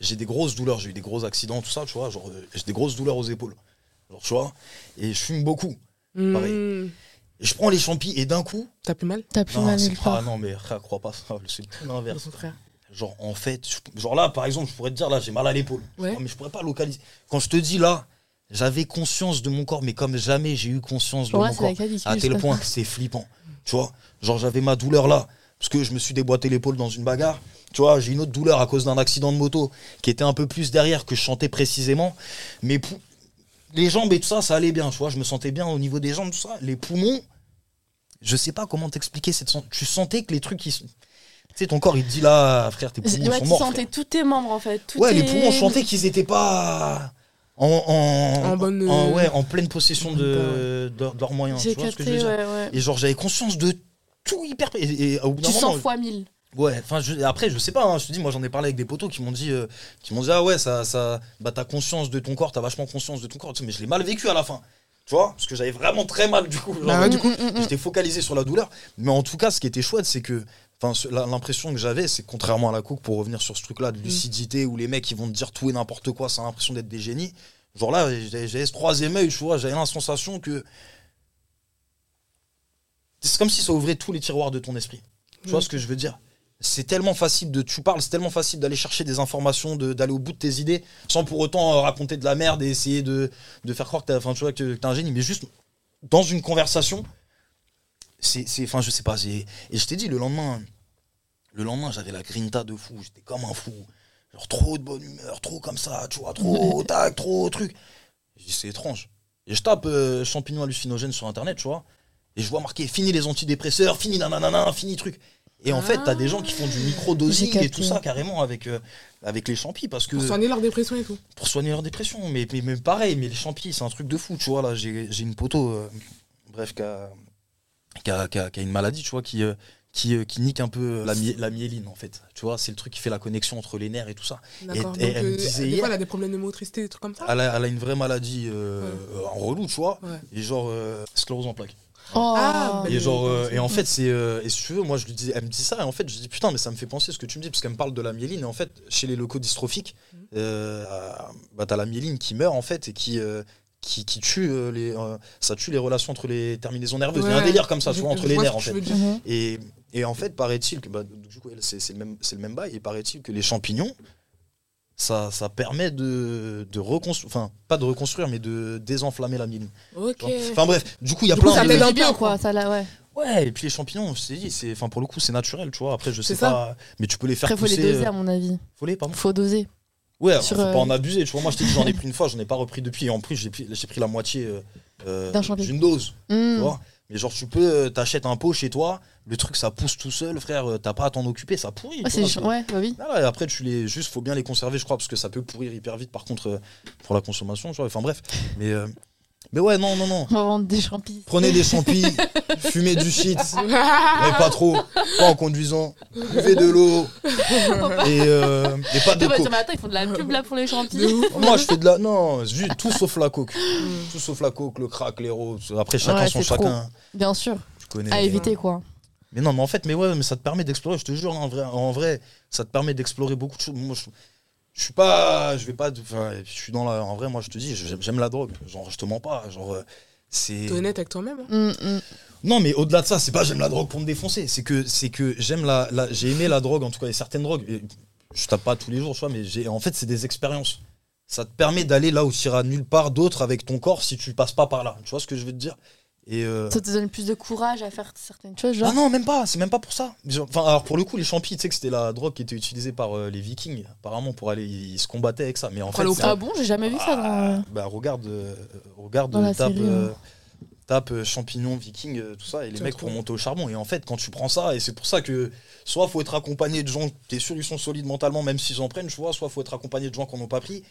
j'ai des grosses douleurs, j'ai eu des gros accidents, tout ça, tu vois. Genre, euh, j'ai des grosses douleurs aux épaules. Genre, tu vois. Et je fume beaucoup. Pareil.
Hmm,
Et je prends les champis et d'un coup.
T'as plus mal
T'as plus
Non,
mal
c'est
nulle
pas-
part.
non, mais frère, crois pas ça, c'est tout
Au
l'inverse.
contraire.
Genre, en fait, je- genre là, par exemple, je pourrais te dire, là, j'ai mal à l'épaule.
Ouais.
Non, mais je pourrais pas localiser. Quand je te dis là, j'avais conscience de mon corps, mais comme jamais j'ai eu conscience de
Ouais,
mon
c'est
corps.
la calvitie,
à
je
tel
sais
point que c'est flippant. Tu vois, genre j'avais ma douleur là, parce que je me suis déboîté l'épaule dans une bagarre. Tu vois, j'ai une autre douleur à cause d'un accident de moto qui était un peu plus derrière que je chantais précisément. Mais pou- les jambes et tout ça, ça allait bien. Tu vois, je me sentais bien au niveau des jambes, tout ça. Les poumons, je sais pas comment t'expliquer cette sen- Tu sentais que les trucs qui. sont- Tu sais, ton corps il te dit là, frère, tes
pas.
poumons
Ouais,
sont
tu
morts.
sentais tous tes membres en fait.
frère.
tout
Ouais, les
tes-
poumons chantaient qu'ils étaient pas en, en,
En bonne, euh,
en- ouais, en pleine possession de, de- de leurs moyens.
J'ai
Tu vois ce que je veux
capté,
dire
ouais, ouais.
Et genre, j'avais conscience de tout hyper. Et, et au bout d'un
Tu
moment, euh,
sens fois mille.
Ouais, enfin je- après je sais pas, hein, je te dis moi j'en ai parlé avec des potos qui m'ont dit euh, qui m'ont dit ah ouais ça ça bah t'as conscience de ton corps, t'as vachement conscience de ton corps, Tu sais, mais je l'ai mal vécu à la fin. Tu vois, parce que j'avais vraiment très mal du coup. genre,
Bah ouais, du
Mm,
coup,
mm, mm, mm.
J'étais focalisé sur la douleur, mais en tout cas ce qui était chouette c'est que enfin ce- la- l'impression que j'avais c'est que contrairement à la cook pour revenir sur ce truc
Mm.
là de lucidité où les mecs ils vont te dire tout et n'importe quoi, ça a l'impression d'être des génies. Genre là j'avais j'avais ce troisième œil, tu vois, j'avais la sensation que c'est comme si ça ouvrait tous les tiroirs de ton esprit. Tu vois
Mm.
ce que je veux dire C'est tellement facile de. Tu parles, c'est tellement facile d'aller chercher des informations, de- d'aller au bout de tes idées, sans pour autant euh, raconter de la merde et essayer de, de faire croire que t'es enfin, tu vois, que t'es un génie. Mais juste dans une conversation, c'est. c'est- Enfin, je sais pas. c'est- Et je t'ai dit, le lendemain, le lendemain, j'avais la grinta de fou. J'étais comme un fou. Genre trop de bonne humeur, trop comme ça, tu vois, trop tac, trop truc. Je dis, c'est étrange. Et je tape euh, champignons hallucinogènes sur internet, tu vois. Et je vois marqué fini les antidépresseurs, fini nanana, fini truc. Et en fait, t'as des gens qui font du micro-dosing
Ah. J'ai
et tout
capté.
ça carrément avec, euh, avec les champis parce que
Pour soigner leur dépression et tout.
pour soigner leur dépression. Mais, mais, mais pareil, mais les champis, c'est un truc de fou, tu vois. Là, j'ai j'ai une poteau, euh, bref, qui a, qui a- qui a- qui a une maladie, tu vois, qui, euh, qui, euh, qui nique un peu la, my- la myéline, en fait. Tu vois, c'est le truc qui fait la connexion entre les nerfs et tout ça.
D'accord.
et
Donc,
elle me
euh,
disait
des
hier-
fois, elle a des problèmes de motricité, des trucs comme ça.
Elle a, elle a une vraie maladie euh, euh, en relou, tu vois.
Ah. Ouais.
Et genre, euh, sclérose en plaques.
Oh.
Ah, bah,
Et genre,
Ouais,
euh,
ouais,
et en
ouais.
fait, c'est, euh, et si tu veux, moi, je lui dis, elle me dit ça, et en fait, je dis putain, mais ça me fait penser à ce que tu me dis, parce qu'elle me parle de la myéline, et en fait, chez les leucodystrophiques,
Mhm.
euh, bah, t'as la myéline qui meurt, en fait, et qui, euh, qui, qui tue euh, les, euh, ça tue les relations entre les terminaisons nerveuses. Il y a un
Ouais.
délire comme ça, tu
Je-
vois,
je
entre les
ce
nerfs,
que
en
tu
fait.
veux dire.
Mhm.
Et, et en fait, paraît-il que bah, du coup, elle, c'est c'est le même, c'est le même bail. Et paraît-il que les champignons, ça, ça permet de, de reconstruire, enfin, pas de reconstruire, mais de désenflammer la myéline.
Ok.
tu vois. Enfin bref, du coup, il y a
Du coup,
plein
ça
de.
t'aide un
C'est bien
peu,
quoi,
quoi.
ça là, ouais.
Ouais, et puis les champignons, je t'ai dit, c'est, enfin pour le coup, c'est naturel, tu vois. Après, je sais
C'est ça.
pas, mais tu peux les faire
Après, faut les
pousser.
doser
euh,
à mon avis.
faut les, pardon.
Faut doser.
Ouais,
Sur,
faut
euh,
pas en abuser. Tu vois, moi, je t'ai dit, j'en ai pris une fois, j'en ai pas repris depuis. Et en plus, j'ai, pris- j'ai pris la moitié euh, euh,
D'un champignon.
d'une dose.
Mm.
Tu vois mais genre, tu peux, euh, t'achètes un pot chez toi, le truc, ça pousse tout seul, frère. euh, T'as pas à t'en occuper, ça pourrit. tu
Ouais, c'est
vois,
ch-
c'est-
ouais, bah oui.
Ah ouais, après, tu les juste, faut bien les conserver, je crois, parce que ça peut pourrir hyper vite. Par contre, euh, pour la consommation, tu vois. Enfin bref, mais euh, mais ouais, non, non, non.
On va vendre des champis.
Prenez des champis, fumez du shit, mais pas trop, pas en conduisant. Buvez de l'eau et, euh, et pas de
Attends, bah,
coke.
attends, attends, ils font de la pub là pour les champis.
De ouf.
Moi, je fais de la non, juste tout sauf la coke, tout sauf la coke, le crack, les roses. Après, chacun
Ouais,
son
c'est trop.
chacun.
Bien sûr.
Tu connais.
Ah,
À éviter quoi.
Mais non, mais en fait, mais ouais, mais ça te permet d'explorer. Je te jure, hein, en vrai, en vrai, ça te permet d'explorer beaucoup de choses. Moi, je, je suis pas, je vais pas, enfin, je suis dans la. En vrai, moi, je te dis, j'aime j'aime la drogue. Genre, je te mens pas. Genre, euh, c'est.
T'es honnête avec toi-même. hein.
Mm, mm.
Non, mais au-delà de ça, c'est pas j'aime la drogue pour me défoncer. C'est que c'est que j'aime la, la- j'ai aimé la drogue en tout cas et certaines drogues. Et Je tape pas tous les jours, tu vois, mais j'ai en fait c'est des expériences. Ça te permet d'aller là où tu iras nulle part d'autre avec ton corps si tu passes pas par là. Tu vois ce que je veux te dire Et euh,
Ça te donne plus de courage à faire certaines choses,
ah
genre.
non, même pas, c'est même pas pour ça. Je- Enfin, alors pour le coup, les champis, tu sais que c'était la drogue qui était utilisée par euh, les Vikings, apparemment pour aller, ils, se combattaient avec ça. Mais en
Pour
fait,
aller au
c'est-
Ah bon, j'ai jamais vu ça dans.
bah regarde, euh, regarde,
Dans la
tape,
série,
euh, tape, euh, champignons, vikings, euh, tout ça, et les
Tu
mecs
retrouves.
pour monter au charbon. Et en fait, quand tu prends ça, et c'est pour ça que soit faut être accompagné de gens, t'es sûr ils sont solides mentalement, même s'ils en prennent, tu vois, soit faut être accompagné de gens qu'on n'a pas pris.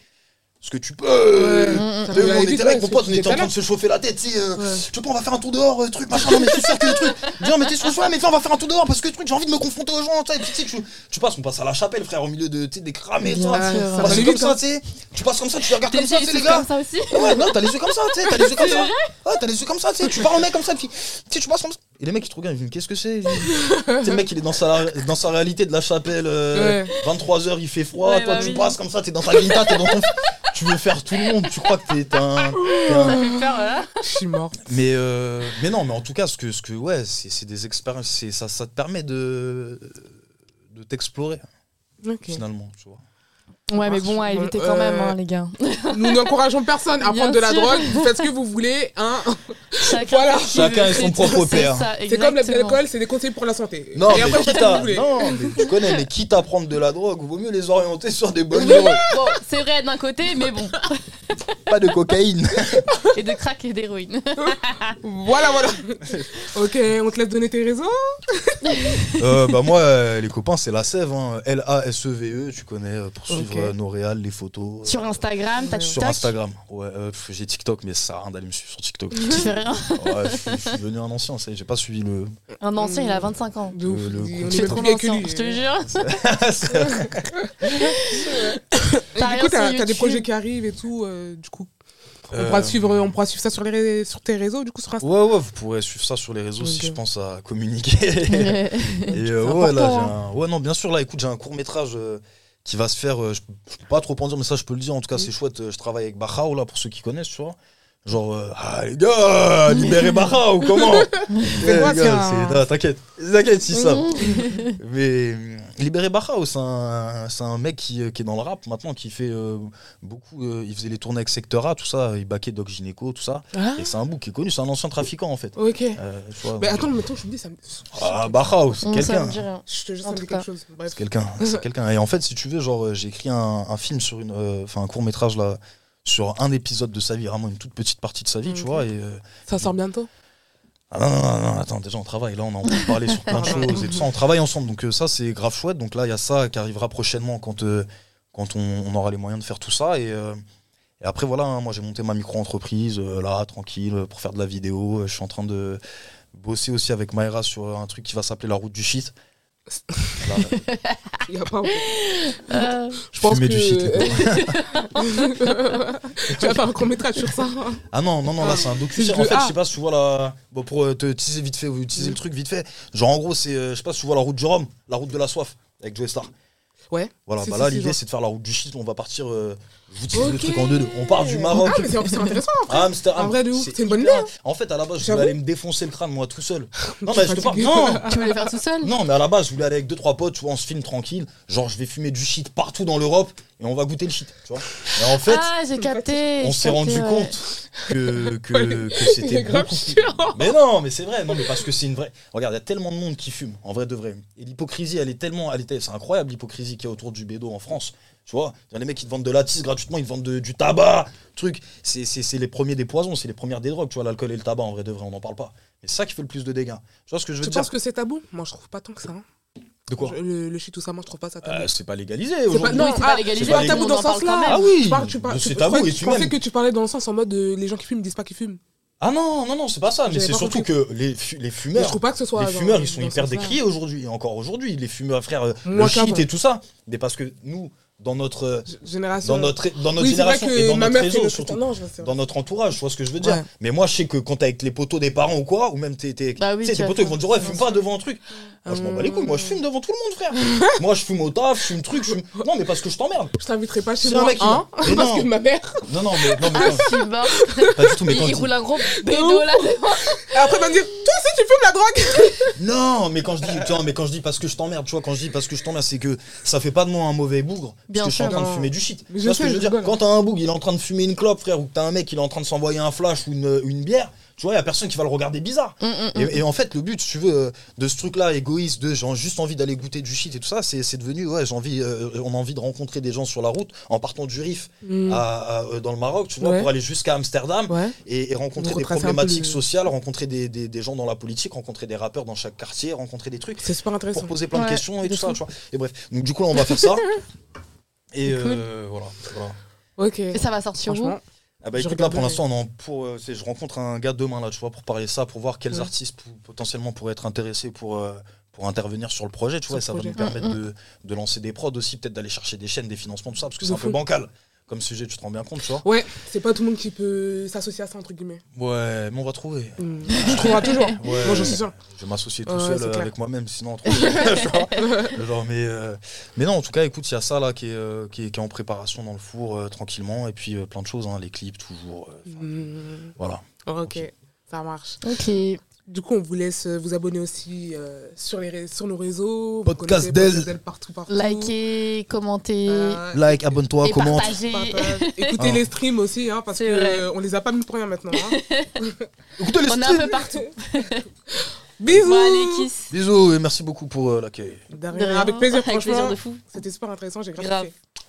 Parce que tu peux.
Ouais. Ah,
euh,
Mm, mm.
Ça
t'as
peut
vu, on
aller vite,
était là avec mon
ouais,
pote, on
c'est-
était en
c'est
train de se chauffer la tête, tu sais, euh,
Ouais.
je sais pas, on va faire un tour dehors, euh, truc, machin, non, mais c'est sûr que le truc. Viens, mais t'es sûr, ouais, mais viens, on va faire un tour dehors parce que truc, j'ai envie de me confronter aux gens, tu sais, et puis, tu sais, tu, tu passes, on passe à la chapelle, frère, au milieu de, tu sais, des cramés, tu
Bien
vois.
Ah,
sûr.
ça
Ah,
va
c'est
aller
comme
vite,
ça,
hein.
tu sais. Tu passes comme ça, tu les regardes
T'es
comme ça, tu sais, les gars.
comme ça aussi.
Ouais, non, t'as les yeux comme ça, tu sais, t'as les yeux comme ça. Ouais, t'as les yeux comme ça, tu sais, tu parles au mec comme ça, puis, tu sais, tu passes comme ça. Et les mecs, ils te regardent, ils disent, qu'est-ce que c'est Tu sais, le mec, il est dans sa, dans sa réalité de la chapelle, euh,
Ouais.
23h, il fait froid,
Ouais,
toi,
bah
tu
oui.
passes comme ça, t'es dans ta grinta, t'es dans ton. Tu veux faire tout le monde, tu crois que t'es t'es un. t'es un-
hein.
Je suis mort.
Mais, euh, mais non, mais en tout cas, ce que, ce que ouais, c'est c'est des expériences, c'est- ça, ça te permet de, de t'explorer,
Ok.
finalement, tu vois.
Ouais, mais bon, à éviter quand même, hein, les gars.
Nous n'encourageons personne à
Bien
prendre de la
sûr.
drogue. Vous faites ce que vous voulez. Hein.
Chacun,
Voilà.
fait ce qu'il
Chacun
veut,
est son
c'est
propre
tout.
père.
C'est ça,
C'est comme la-
exactement.
l'alcool, c'est des conseils pour la santé.
Non,
Et
mais,
après, vous faites
quitte
ce que
à...
vous voulez.
non, mais tu connais, mais quitte à prendre de la drogue, vaut mieux les orienter sur des bonnes drogues.
Bon, c'est vrai d'un côté, mais bon.
Pas de cocaïne.
Et de crack et d'héroïne.
Voilà, voilà. ok, on te laisse donner tes réseaux.
Euh, bah moi, euh, les copains, c'est la sève. hein. L-A-S-E-V-E, tu connais, euh, pour suivre
Ok.
euh, nos réals, les photos. euh,
Sur Instagram, t'as
Sur
Sur
TikTok.
Instagram. Ouais, euh, pff, j'ai TikTok, mais ça sert à rien d'aller me suivre sur TikTok.
Tu fais rien.
Ouais, je suis- je suis devenu un ancien, ça y est, j'ai pas suivi le.
Un ancien, il a 25 ans.
De ouf,
Le- le
il- on
compte
Tu
est
es
est
trop
trop
bien que
ancien,
lui. euh,
je te jure.
Et du
T'as
coup,
rien
t'as
sur
t'as des
YouTube.
projets qui arrivent et tout. euh, du coup, on,
Euh,
pourra suivre, on pourra suivre ça sur, les, ré- sur tes réseaux, du coup, sur Instagram.
Ouais, ouais, vous pourrez suivre ça sur les réseaux
Ok.
si je pense à communiquer.
Mais-
Et euh,
important,
ouais, là, j'ai
hein.
un- ouais, non, bien sûr, là, écoute, j'ai un court métrage qui va se faire. euh, je, je peux pas trop en dire, mais ça, je peux le dire. En tout cas, c'est chouette. euh, Je travaille avec Bachao, là, pour ceux qui connaissent, tu vois. Genre, euh, ah les gars, libérez Bachao, comment
C'est
Eh,
quoi,
les
c'est
gars,
un-
c'est- non, T'inquiète, t'inquiète, si ça.
Mhm.
Mais euh, Libéré Bachao, c'est un, c'est un mec qui, euh, qui est dans le rap maintenant, qui fait euh, beaucoup. euh, il faisait les tournées avec Secteur A, tout ça. Il baquait Doc Gynéco, tout ça.
Ah,
Et c'est un bouc qui est connu, c'est un ancien trafiquant, en fait.
ok.
Euh, tu vois,
Mais attends, mais attends, je me dis, ça me.
Ah, Bachao, c'est
Mhm, Ça
quelqu'un.
me dit rien.
Je te jure, ça
En
me dit
tout
quelque
cas.
chose. Bref.
C'est quelqu'un, c'est quelqu'un. Et en fait, si tu veux, genre, euh, j'ai écrit un, un film sur une, euh, enfin, un court métrage là, sur un épisode de sa vie, vraiment une toute petite partie de sa vie, tu
Ok.
vois. Et euh,
Ça sort bientôt.
ah non, non, non, non, attends, déjà on travaille. Là, on a envie de parler sur plein de choses et tout ça. On travaille ensemble, donc euh, ça, c'est grave chouette. Donc là, il y a ça qui arrivera prochainement quand euh, quand on, on aura les moyens de faire tout ça. Et, euh, et après, voilà, hein, moi, j'ai monté ma micro-entreprise euh, là, tranquille, euh, pour faire de la vidéo. Euh, Je suis en train de bosser aussi avec Mayra sur euh, un truc qui va s'appeler la route du shit. Là,
Il y a pas.
Euh,
Je pense que.
Fumer du shit, les
tu vas faire un court métrage sur ça.
Ah non, non, non, là c'est un docu
C'est
En
le
fait,
A. Mm.
je sais pas si tu vois la. Bon, pour euh, te teaser vite fait ou utiliser le truc vite fait. Genre, en gros, c'est. euh, je sais pas si tu vois la route du Rhum, la route de la soif, avec Joey Star.
Ouais.
Voilà,
Si,
bah
si,
là,
si, je
l'idée
vois.
c'est de faire la route du shit. On va partir. euh, je vous tease le
Ok.
truc en deux. deux. On part du Maroc.
Ah, mais c'est c'est intéressant.
à Amsterdam.
En vrai, de ouf, c'est une bonne hein.
hyper- En fait, à la base, je voulais
J'avoue.
aller me défoncer le crâne, moi, tout seul. Non,
Tu
mais je te parle.
fatigues.
Non!
tu veux le faire tout seul
Non, mais à la base, je voulais aller avec deux trois potes, tu vois, on se filme tranquille. Genre, je vais fumer du shit partout dans l'Europe et on va goûter le shit, tu vois. Et en fait,
Ah, j'ai capté.
on
j'ai
s'est
capté,
rendu
ouais.
compte que, que,
Ouais.
que
Il est
c'était
grave
beaucoup plus-
chiant.
mais non, mais c'est vrai, non, mais parce que c'est une vraie. Regarde, il y a tellement de monde qui fume, en vrai de vrai. Et l'hypocrisie, elle est tellement. Elle est... C'est incroyable l'hypocrisie qu'il y a autour du bédo en France. Tu vois, il y a les mecs qui te vendent de la tisse gratuitement, ils te vendent de- du tabac, truc. C'est, c'est, c'est les premiers des poisons, c'est les premières des drogues, tu vois, l'alcool et le tabac, en vrai de vrai, on n'en parle pas. Mais c'est ça qui fait le plus de dégâts. Tu vois ce que je veux
Tu
dire
penses que c'est tabou Moi, je trouve pas tant que ça. hein.
De quoi
Je- le, le shit, tout ça, moi, je trouve pas ça tabou.
Euh, C'est pas légalisé aujourd'hui.
pas- non,
Oui, c'est
ah,
pas légalisé.
c'est pas
mais
tabou
on
dans
en
ce
parle quand
sens-là.
Ah
même.
oui
Tu parles- tu parles-
C'est
je
tabou
croyais-
et
Je
tu
pensais
m'aimes.
que tu parlais dans le sens en mode euh, les gens qui fument disent pas qu'ils fument.
Ah non, non, non, c'est pas ça, mais
J'avais
c'est
pas
surtout
compris.
que les, fu- les
Mais je
fumeurs.
trouve pas que ce soit.
les
dans-
fumeurs, ils sont
dans ce
hyper
sens-là.
décriés aujourd'hui, et encore aujourd'hui. Les fumeurs, frères, euh, le
Moins qu'avant.
shit et tout ça. Mais parce que nous, dans notre, euh,
G- Génération.
dans notre, dans notre
Oui, c'est vrai
génération et
que
dans
ma
notre
mère fait
réseau,
le
surtout,
Non, je sais.
dans notre entourage, tu vois ce que je veux dire.
Ouais.
Mais moi, je sais que quand t'es avec les poteaux des parents ou quoi, ou même t'es, t'es,
Bah oui,
tu sais,
tu
tes
vas
poteaux, ils
faire-
vont te dire, ouais, fume pas devant un truc. Moi, je m'en bats les couilles, moi, je fume devant tout le monde, frère. moi, je fume au taf, je fume truc, je fume. Non, mais parce que je t'emmerde.
Je t'inviterai pas chez
C'est un
moi,
mec qui-
hein,
Mais
parce
non.
que ma mère.
Non, non, mais, non, mais
Ah,
quand-
je suis mort.
pas du tout, mais
Il
quand
il
je dis-
roule un gros bédo
ouf.
là.
Et après, elle va me dire Toi aussi, tu fumes la drogue
Non, mais quand je dis, tu vois, mais quand je dis parce que je t'emmerde, tu vois, quand je dis parce que je t'emmerde, c'est que ça fait pas de moi un mauvais bougre.
Bien
parce que je suis
sûr.
en train
Non.
de fumer du shit.
hein. Mais
Tu vois
je
ce que
sais,
je veux
je
dire
rigole.
Quand t'as un bougre, il est en train de fumer une clope, frère, ou que t'as un mec, il est en train de s'envoyer un flash ou une, une bière, tu vois, y a personne qui va le regarder bizarre.
Mm, mm, mm.
Et, et en fait, le but, si tu veux, euh, de ce truc-là égoïste, de j'ai juste envie d'aller goûter du shit et tout ça, c'est c'est devenu, ouais, j'ai envie, euh, on a envie de rencontrer des gens sur la route en partant du Rif à- à- euh, dans le Maroc, tu vois,
Mm. Ouais.
pour aller jusqu'à Amsterdam
Ouais.
et, et rencontrer
Vous
des
retracez un peu
problématiques
le-
sociales, rencontrer des, des- des gens dans la politique, rencontrer des rappeurs dans chaque quartier, rencontrer des trucs
C'est super
pour
intéressant.
poser plein
Ouais,
de questions et
de
tout ça,
fou.
tu vois. Et bref, donc du coup là on va faire ça. Et
Cool.
euh, voilà, voilà.
Ok.
Et ça va sortir où
Franchement,
Ah bah
Je
écoute là pour
regarderai.
l'instant on est en- pour euh, c'est- je rencontre un gars demain là, tu vois, pour parler ça, pour voir quels
Ouais.
artistes pou- potentiellement pourraient être intéressés pour euh, pour intervenir sur le projet, tu
Sur
vois,
le
et ça
projet.
va nous permettre de, de lancer des prods aussi, peut-être d'aller chercher des chaînes, des financements, tout ça, parce que
De
c'est un peu
fou.
bancal comme sujet, tu te rends bien compte, tu vois.
Ouais, c'est pas tout le monde qui peut s'associer à ça, entre guillemets.
Ouais, mais on va trouver.
Mm. Tu trouveras toujours.
Ouais.
Moi, j'en suis sûr.
Je vais m'associer tout
Ouais,
seul
c'est
euh,
clair.
avec moi-même, sinon trop. genre, genre, mais, euh, mais non, en tout cas, écoute, il y a ça là qui est, euh, qui est, qui est en préparation dans le four euh, tranquillement, et puis euh, plein de choses, hein, les clips toujours. euh,
Mm.
voilà.
Ok, ça marche.
Ok.
Du coup, on vous laisse euh, vous abonner aussi euh, sur, les ré- sur nos réseaux. Vous
Podcast
connaissez
d'elle.
Podcast d'elle partout, partout.
Likez, commentez
Euh,
Like, abonne-toi,
et
commente.
partagez.
partage. Écoutez
Ah.
les streams aussi, hein, parce que
C'est vrai. Bah,
euh, on les a pas mis pour rien maintenant. hein.
Écoutez les
On est un peu
streams.
partout.
Bisous.
Bon, allez, kiss.
Bisous et merci beaucoup pour euh, l'accueil.
De rien,
De rien.
Avec plaisir,
Avec
franchement.
plaisir de fou.
C'était super intéressant, j'ai grave
Grave.
kiffé.